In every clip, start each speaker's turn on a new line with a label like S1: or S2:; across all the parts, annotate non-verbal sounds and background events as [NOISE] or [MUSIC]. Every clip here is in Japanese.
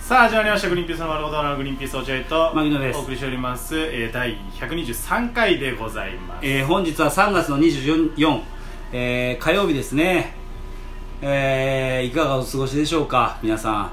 S1: さあ始まりました「グリーンピースの丸ごとのグリーンピース落合」と
S2: 牧野です
S1: お送りしております、えー、第123回でございます、
S2: えー本日は3月の24、えー火曜日ですね、えーいかがお過ごしでしょうか皆さ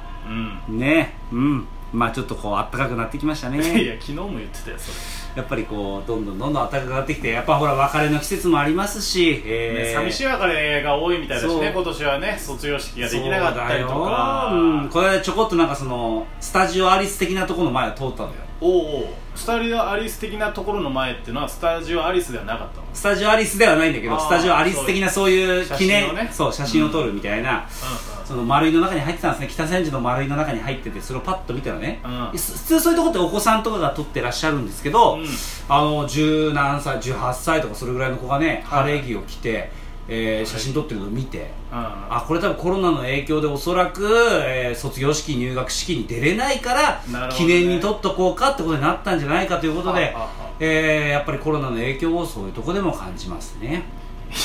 S1: うん
S2: んねうんまあちょっとこう暖かくなってきました
S1: い
S2: ね
S1: や昨日も言ってたよそ
S2: やっぱりこうどんどんどんどん暖かくなってきてやっぱほら別れの季節もありますし、
S1: れ、
S2: え
S1: ね
S2: ー
S1: 寂しい別れが多いみたいだし
S2: そう
S1: ね今年はね卒業式ができなかったりとか
S2: そうだようん、この間ちょこっとなんかそのスタジオアリス的なところの前を通ったのよ
S1: おうおうスタジオアリス的なところの前ってのはスタジオアリスではなかったの
S2: スタジオアリスではないんだけ
S1: あ
S2: ど
S1: ー
S2: スタジオアリス的なそういう記
S1: 写真
S2: 念
S1: をね
S2: そう写真を撮るみたいな、その丸いの中に入ってたんですね北千住の丸いの中に入っててそれをパッと見たらね、
S1: うん
S2: す普通そういうとこってお子さんとかが撮ってらっしゃるんですけど、
S1: うん
S2: あの十何歳18歳とかそれぐらいの子がね
S1: はい
S2: 晴れ着を着て、えー写真撮ってるのを見て
S1: うんうん
S2: あこれ多分コロナの影響でおそらく、えー卒業式入学式に出れないから
S1: なるほ
S2: 記
S1: どね
S2: 念に撮っとこうかってことになったんじゃないかということで
S1: はあはあはあ、
S2: えーやっぱりコロナの影響をそういうとこでも感じますね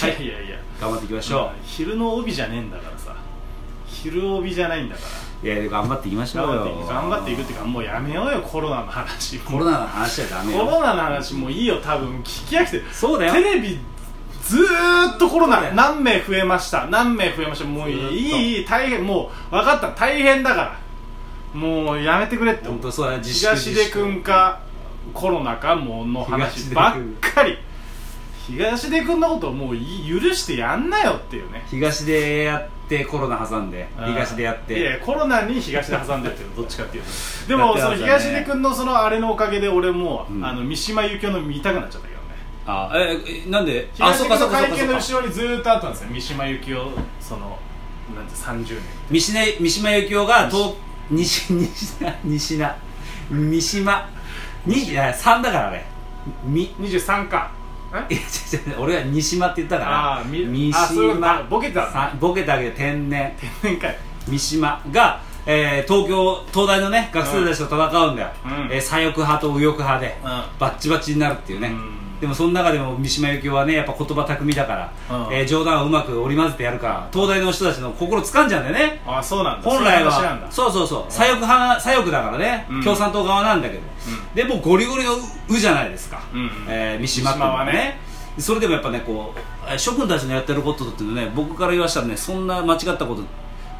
S1: いやいやいや
S2: 頑張っていきましょ
S1: 昼の帯じゃねえんだからさ昼帯じゃないんだから
S2: う、いや頑張っていきましょ
S1: 頑
S2: う
S1: 張
S2: よ
S1: っていく頑張っていくっていうかもうやめようよコロナの話
S2: コロナの話はダメ
S1: コ
S2: よ
S1: ロナの話もういいよ多分聞き飽きてる
S2: そうだよ
S1: テレビずーっとコロ
S2: そうだ
S1: ナ
S2: よ
S1: 何名増えました何名増えましたもうい
S2: ずーっと
S1: いいい大変もう分かった大変だからもうやめてくれって思
S2: 本
S1: う
S2: 当そうだね自粛
S1: 東出君かコロナかもうの話ばっかり東出君のことをもうい許してやんなよっていうね
S2: 東でやってコロナ挟んで東でやっ
S1: いや
S2: て
S1: コロナに東で挟んでる
S2: [LAUGHS]
S1: っていうのどっちかっていうとで
S2: やっ
S1: も
S2: て
S1: そ
S2: ま
S1: の
S2: したね
S1: 東出君のそのあれのおかげで俺もう、
S2: うん
S1: あの三島由紀夫の見たくなっちゃったけどね
S2: あええなんであ
S1: 東
S2: そう
S1: 出
S2: か
S1: 君の
S2: そうかそう
S1: 会
S2: かそ
S1: 見
S2: う
S1: の
S2: か
S1: 後ろにずーっとあったんですよ三島由紀夫そのなんて30年
S2: 三島三島由紀夫が東西西西西な三島にいや三だからねみ
S1: 23かえ
S2: いや違う違う俺は三島って言ったから
S1: あーみ
S2: 三
S1: あそういうことあ
S2: 島
S1: ボケてたの
S2: さボケてあげて天然
S1: 天然かい
S2: 三島が、えー東京東大のね学生たちと戦うんだよ、
S1: うん
S2: えー左翼派と右翼派で、
S1: ん
S2: バッチバチになるっていうね、
S1: うん
S2: でもその中でも三島由紀夫はねやっぱ言葉巧みだから、
S1: うん
S2: えー冗談をうまく織り交ぜてやるから東大の人たちの心掴んじゃうんだよね
S1: あそうなんだ
S2: 本
S1: そうい
S2: 来
S1: う話なんだ
S2: はそうそうそう左翼派左翼だからね、
S1: うん
S2: 共産党側なんだけど、
S1: ん
S2: でもうゴリゴリの「う」じゃないですか、
S1: うんうん
S2: えー三島君は
S1: 三島は
S2: ね
S1: ね
S2: それでもやっぱねこうえー諸君たちのやってることっていうのはね僕から言わしたらねそんな間違ったこと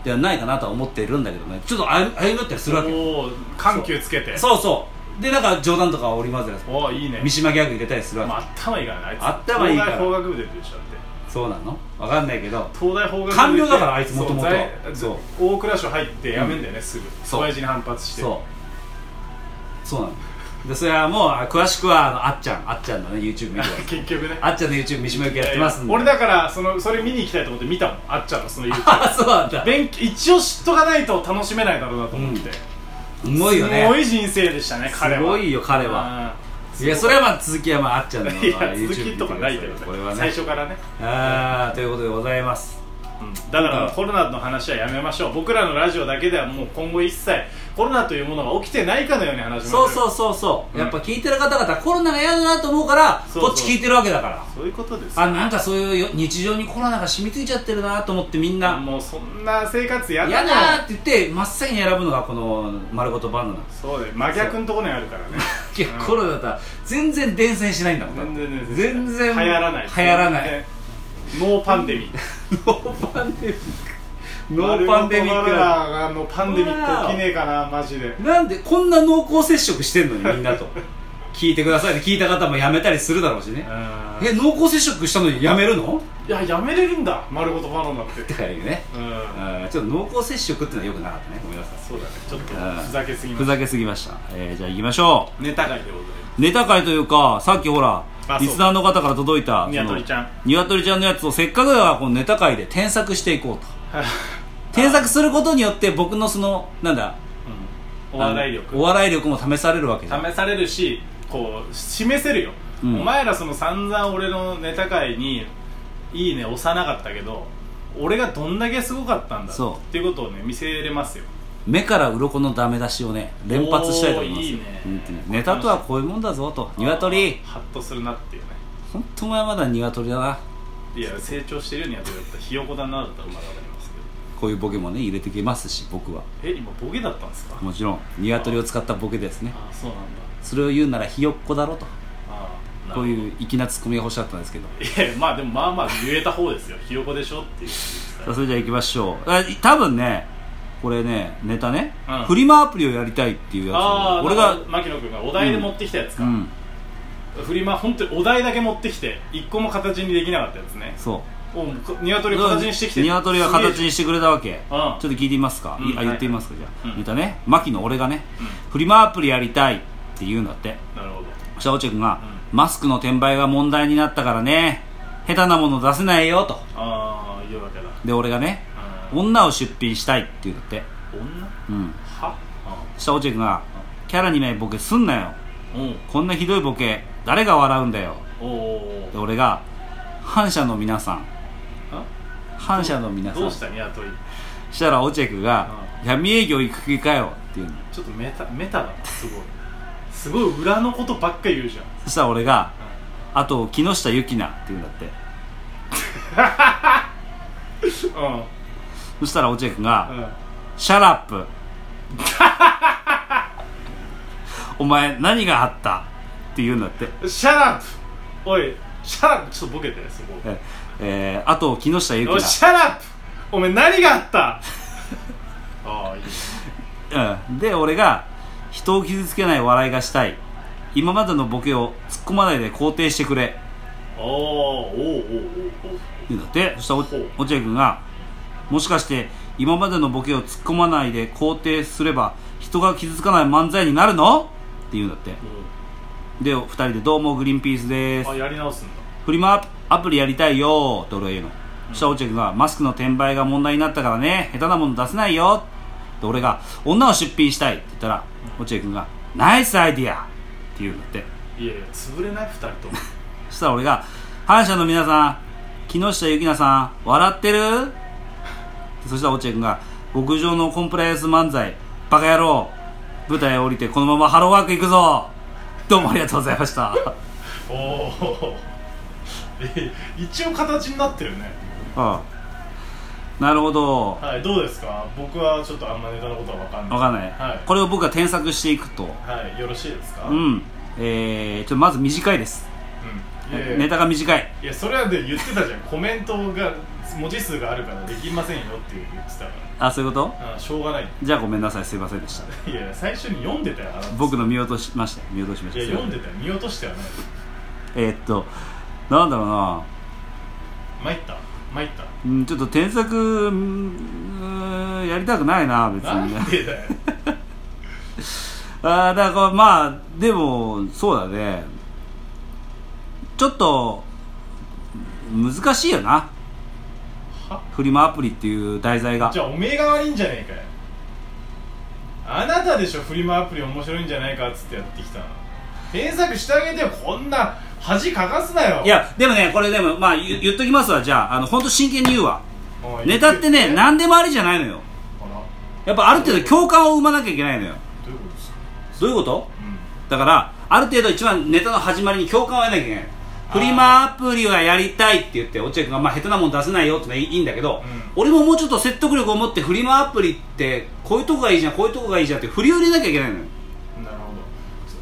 S2: ではないかなとは思っているんだけどねちょっと歩歩み寄ったりするわけよ
S1: おお緩急つけて
S2: そうそうでなんか冗談とか織り交ぜたり
S1: おおいいね
S2: 三島ギャグ入れたりするわけ、
S1: まあ、頭いいからねあいつ
S2: 頭いいか
S1: 東
S2: ら
S1: 大法学部出てるでしょだって
S2: そうなのわかんないけど
S1: 東大法学部出て
S2: 官僚だからあいつ元々
S1: そう在
S2: そう
S1: 大蔵省入ってやめんだよね、すぐ
S2: そう
S1: 親父に反発して
S2: そうそうなのでそれはもうあ詳しくはあのあっちゃんあっちゃんのね YouTube 見てください
S1: [LAUGHS] 結局ね
S2: あっちゃんの YouTube 三島由紀夫やってますんで
S1: 俺だからそのそれ見に行きたいと思って見たもんあっちゃんのその YouTube
S2: あ [LAUGHS] そうなんだ
S1: 勉強一応知っとかないと楽しめないだろうなと思って、
S2: うんすごいよね
S1: すごい人生でしたね彼は
S2: すごいよ彼は
S1: うん
S2: いやそれはまあ続きはまああっちゃんの [LAUGHS]
S1: いや
S2: YouTube
S1: 続きとかないけどね
S2: これは
S1: 最
S2: ね
S1: 初からね、
S2: あーということでございます
S1: うんだからもうコロナの話はやめましょう僕らのラジオだけではもう今後一切コロナというものが起きてないかのように話します
S2: そうそううそうそう、
S1: うん
S2: やっぱ聞いてる方々コロナが嫌だなと思うから
S1: そうそう
S2: こっち聞いてるわけだから
S1: そういうことです
S2: あなんかそういうよ日常にコロナが染みついちゃってるなと思ってみんな
S1: もうそんな生活やだ
S2: 嫌
S1: よ
S2: だなって言って真っ先に選ぶのがこの「丸ごとバンド」なんです
S1: そうだよ真逆のところにあるからね
S2: いや
S1: うん
S2: コロナだったら全然伝染しないんだもんだって
S1: 全然
S2: 全然
S1: 流行らない
S2: 流行らない
S1: ノーパンデミック
S2: ノーパンデミックノーパンデミックな
S1: あのパンデミック起きねえかなマジで
S2: のなんでこんな濃厚接触してんのにみんなと聞いてくださいって聞いた方もやめたりするだろうしね
S1: うん
S2: え濃厚接触したのにやめるの
S1: いややめれるんだ丸ごとバナナって
S2: っていうね
S1: うん
S2: うんちょっと濃厚接触ってのはよくなかったねごめんなさい
S1: そうだねちょっと
S2: うん
S1: ふざけすぎま
S2: ふ
S1: す
S2: ざけすぎました、えーじゃあ行きましょ
S1: ネタ外でございます
S2: うネタ会というかさっきほら
S1: あそう
S2: リスナーの方から届いた
S1: ニワトリちゃん
S2: ニワトリちゃんのやつをせっかくだからこのネタ会で添削していこうと [LAUGHS] 添削することによって僕のそのなんだ
S1: うんお笑い
S2: あのお
S1: 力
S2: 笑い力も試されるわけじゃん
S1: 試されるしこう示せるよ
S2: うん
S1: お前らその散々俺のネタ会にいいね押さなかったけど俺がどんだけすごかったんだ
S2: そう
S1: っていうことをね見せれますよ
S2: 目から鱗のダメ出しをね連発したいと思います
S1: おーいいね
S2: 本当にネタとはこういうもんだぞと鶏
S1: ハッとするなっていうね
S2: 本当お前まだ鶏だない
S1: や成長してるようにやってるだったらひよこだなだったらまだ分かりますけ
S2: こういうボケもね入れてきますし僕は
S1: え今ボケだったんですか
S2: もちろん鶏を使ったボケですね
S1: ああそうなんだ
S2: それを言うならひよっこだろと
S1: ああ
S2: こう
S1: う
S2: いう粋なツッコミが欲しかったんですけど
S1: いやまあでもまあまあ言えた方ですよひよこでしょっていう
S2: さあそれじゃあ行きましょうあ多分ねこれねネタね、
S1: うん
S2: フリマアプリをやりたいっていうやつ
S1: ああ
S2: を俺
S1: 俺
S2: が
S1: が牧野君がお題で持ってきたやつ
S2: う
S1: か、
S2: ん
S1: フリマ本当にお題だけ持ってきて一個も形にできなかったやつね
S2: そう
S1: お鶏を形にしてきて
S2: 鶏が形に
S1: し
S2: してくれたわけ、ちょっ
S1: う
S2: と聞いてみますか、
S1: うん
S2: あ言ってみますか、じゃあ、
S1: うん
S2: ネタね牧野俺がね、
S1: うん
S2: フリマアプリやりたいって言うんだって
S1: んなるほど
S2: シャオチェ君が、マスクの転売が問題になったからね下手なもの出せないよと
S1: ああ言うわけだ
S2: で俺がね
S1: うん
S2: 女を出品したいって言うんだって
S1: 女
S2: うん
S1: は
S2: シャオチェ君がキャラにないボケすんなよ
S1: うんうん
S2: こんなひどいボケ誰が笑うんだよ
S1: おお
S2: で俺が反社の皆さん反社の皆さん
S1: どうした鶏
S2: したらオチェクが「闇営業行く気かよ」っていうの
S1: ちょっとメタメタだなすごいすごい裏のことばっか言うじゃん
S2: そしたら俺が「あと木下ゆきな」って言うんだっ
S1: う
S2: て
S1: んうん
S2: そしたらオチェクが「シャラップ」 [LAUGHS] 「お前何があった?」って言うんだって
S1: うんシャラップおいシャラップちょっとボケてそこ
S2: ええーあと木下ゆき
S1: おいシャラップお前何があった [LAUGHS] ああいいね
S2: な、うん、で俺が「人を傷つけない笑いがしたい」今までのボケを突っ込まないで肯定してくれ
S1: おーおーおーおー
S2: 言うんだってそしたら
S1: ほう
S2: お落合君が「もしかして今までのボケを突っ込まないで肯定すれば人が傷つかない漫才になるの?」って言うんだってで2人で「どうもグリーンピースで
S1: おーあ
S2: す
S1: やり直すんだ
S2: フリマアプリやりたいよ」って俺が言うのそしたら落合君が「マスクの転売が問題になったからね下手なもの出せないよ」で俺が「女を出品したい」って言ったら落合君が「ナイスアイディア!」って言うんだって
S1: いやいや潰れない二人とも
S2: そしたら俺が「反社の皆さん木下ゆきなさん笑ってる?」そしたら落合君が「極上のコンプライアンス漫才バカ野郎舞台降りてこのままハローワーク行くぞ!」どうもありがとうございました
S1: お [LAUGHS] お一応形になってるね
S2: うんなるほど
S1: はいどうですか僕はちょっとあんまネタのことは分かんない
S2: わかんない、
S1: はい
S2: これを僕が添削していくと
S1: はいよろしいですか
S2: う
S1: うん
S2: んえー、ちょっとまず短いです
S1: いやいや
S2: ネタが短い
S1: いやそれはで言ってたじゃんコメントが文字数があるからできませんよって言ってたか
S2: あそういうこと
S1: らあしょうがない
S2: じゃあごめんなさいすいませんでし
S1: [LAUGHS]
S2: た
S1: いやいや最初に読んでたよあなた
S2: 僕の見落としました見落としまし
S1: い
S2: た
S1: や
S2: すいませ
S1: 読んでたよ見落としてはない
S2: えーっとなんだろうな
S1: 参った参った
S2: うんちょっと添削うんやりたくないな別に
S1: なんで [LAUGHS] だよ
S2: ああだからまあでもそうだねちょっと難しいよな
S1: は
S2: フリマアプリっていう題材が
S1: じゃあおめえが悪いんじゃねえかよあなたでしょフリマアプリ面白いんじゃないかっつってやってきたの検索してあげてよこんな恥かかすなよ
S2: いやでもねこれでもまあ言言っときますわじゃああの本当真剣に言うわ
S1: おい
S2: ネタってね何でもありじゃないのよ
S1: ほら
S2: やっぱある程度共感を生まなきゃいけないのよ
S1: どういうことですか
S2: どういうこと
S1: う
S2: だからある程度一番ネタの始まりに共感を得なきゃいけないフリマアプリはやりたいって言って落合君がまあ下手なもん出せないよってのはいいんだけど、
S1: う
S2: 俺ももうちょっと説得力を持ってフリマアプリってこういうとこがいいじゃんこういうとこがいいじゃんって振りを入れなきゃいけないのよ
S1: んなる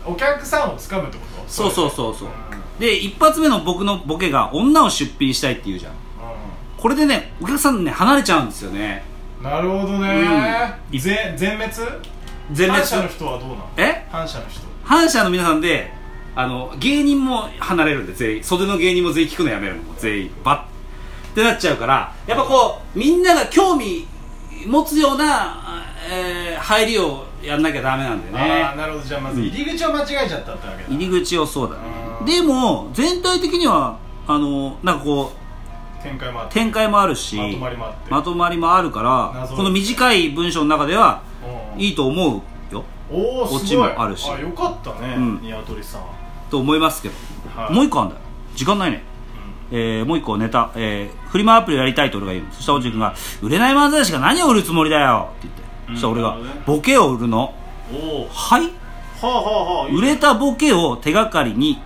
S1: ほどお客さんをつかむってこと
S2: そうそううそうそう
S1: うん
S2: で一発目の僕のボケが女を出品したいって言うじゃんこれでねお客さんね離れちゃうんですよね
S1: うんなるほどね、
S2: うん
S1: ぜ全滅
S2: 全
S1: 反
S2: 滅
S1: 社の人はどうなの
S2: え
S1: 反社の人
S2: 反社の皆さんであの芸人も離れるんで全員袖の芸人も全員聞くのやめるのもう全員バッってなっちゃうからやっぱこうみんなが興味持つような、えー入りをやんなきゃダメなんだよ
S1: ああ
S2: ね
S1: なるほどじゃあまず入り口を間違えちゃったってわけだ、
S2: 入り口をそうだね
S1: うん
S2: でも全体的にはあのなんかこ
S1: 展開もあっ
S2: う
S1: て
S2: 展開もあるし
S1: まとまりもあって
S2: まとまりもあるから
S1: 謎
S2: この短い文章の中では
S1: うん
S2: いいと思うよ
S1: おお
S2: オ
S1: す
S2: チ
S1: ご
S2: も
S1: い
S2: あるし
S1: よかったね、
S2: うん
S1: ニワトリさん、
S2: と思いますけど、
S1: はい
S2: もう一個あんだよ時間ないね
S1: う
S2: えーもう一個ネタ、えーフリマアプリをやりたいと俺が言うのそしたらおじ君が「売れない漫才師が何を売るつもりだよ」って言ってそしたら俺が
S1: うんなるほ
S2: 「ボケを売るの
S1: ん、おおは
S2: はい
S1: あはあはあ
S2: 売れたボケを手がかりに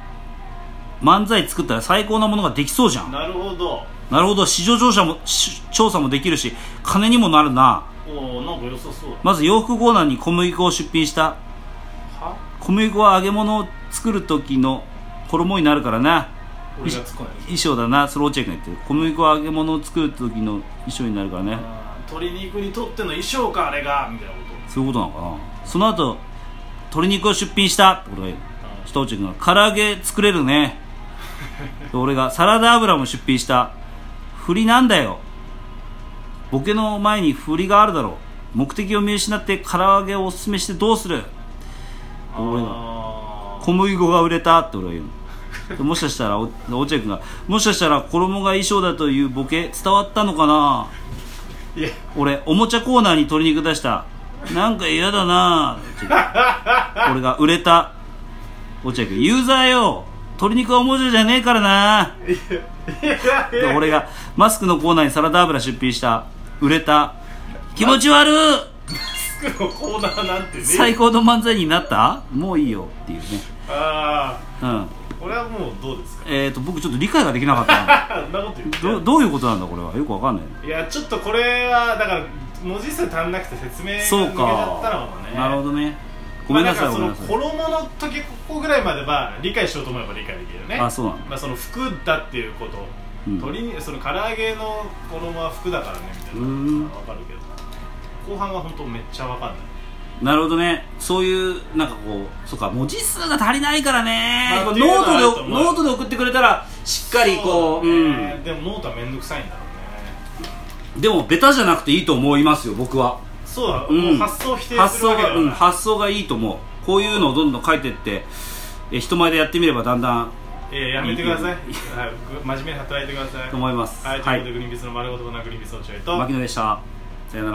S2: 漫才作ったら最高なものができそうじゃん
S1: なるほど
S2: なるほど市場調査もし調査もできるし金にもなるな
S1: おおなんか良さそうだ
S2: まず洋服コーナーに小麦粉を出品した
S1: は
S2: 小麦粉は揚げ物を作る時の衣になるからな
S1: 俺が突っ込んでる
S2: 衣装だなそれ落合君が言ってる小麦粉は揚げ物を作る時の衣装になるからね
S1: あー鶏肉にとっての衣装かあれがみたいなこ
S2: そういうことなのかなその後鶏肉を出品したってことが言うそしたら落合君が唐揚げ作れるねで俺がサラダ油も出品した振りなんだよボケの前に振りがあるだろう目的を見失って唐揚げをおすすめしてどうする
S1: と
S2: 俺が
S1: あー
S2: 小麦粉が売れたって俺は言うのでもしかしたらお落合君がもしかしたら衣が衣装だというボケ伝わったのかない
S1: や
S2: 俺おもちゃコーナーに鶏肉出したなんか嫌だなぁ俺が売れた落合君ユーザーよ鶏肉はおもちゃじゃねえからない
S1: やい
S2: で
S1: や
S2: 俺がマスクのコーナーにサラダ油出品した売れた気持ち悪い
S1: マスクのコーナーなんてね
S2: 最高の漫才になったもういいよっていうね
S1: あ
S2: うん
S1: あこれはもうどうですか
S2: えっ、ー、と僕ちょっと理解ができなかったな
S1: そんなこと言って
S2: どどういうことなんだこれはよくわかんない
S1: いやちょっとこれはだから文字数足んなくて説明が
S2: そう
S1: 抜けちゃったの
S2: か
S1: かもね
S2: なるほどねごめんなさい
S1: まあ
S2: ごめんな
S1: だ
S2: さ
S1: か
S2: い
S1: らその衣の時ここぐらいまでは理解しようと思えば理解できるよね
S2: あそうなの
S1: まあ、その服だっていうこと、
S2: うん
S1: 鶏にその唐揚げの衣は服だからねみたいな
S2: う
S1: の
S2: ん
S1: はわかるけど後半は本当めっちゃわかんない、
S2: なるほどねそういうなんかこうそうか文字数が足りないからね、
S1: まあ
S2: こうノー
S1: っていうのはあると
S2: トで
S1: 思う
S2: ノートで送ってくれたらしっかりこうう,、
S1: そうだねでもノートはめんどくさいんだろうね
S2: んでもベタじゃなくていいと思いますよ僕は
S1: そうだ、
S2: うん
S1: もう発想を否定
S2: 発
S1: する
S2: 想
S1: わけだ
S2: が、
S1: から、
S2: うん、発想がいいと思うこういうのをどんどん書いてってえ人前でやってみればだんだん
S1: えーやめてください、はい、僕真面目に働いてください
S2: と思います
S1: はい、と
S2: は
S1: いうことで、
S2: い、
S1: グリーンピースの丸ごとのグリーンピースのちょいと
S2: 牧野でしたさよなら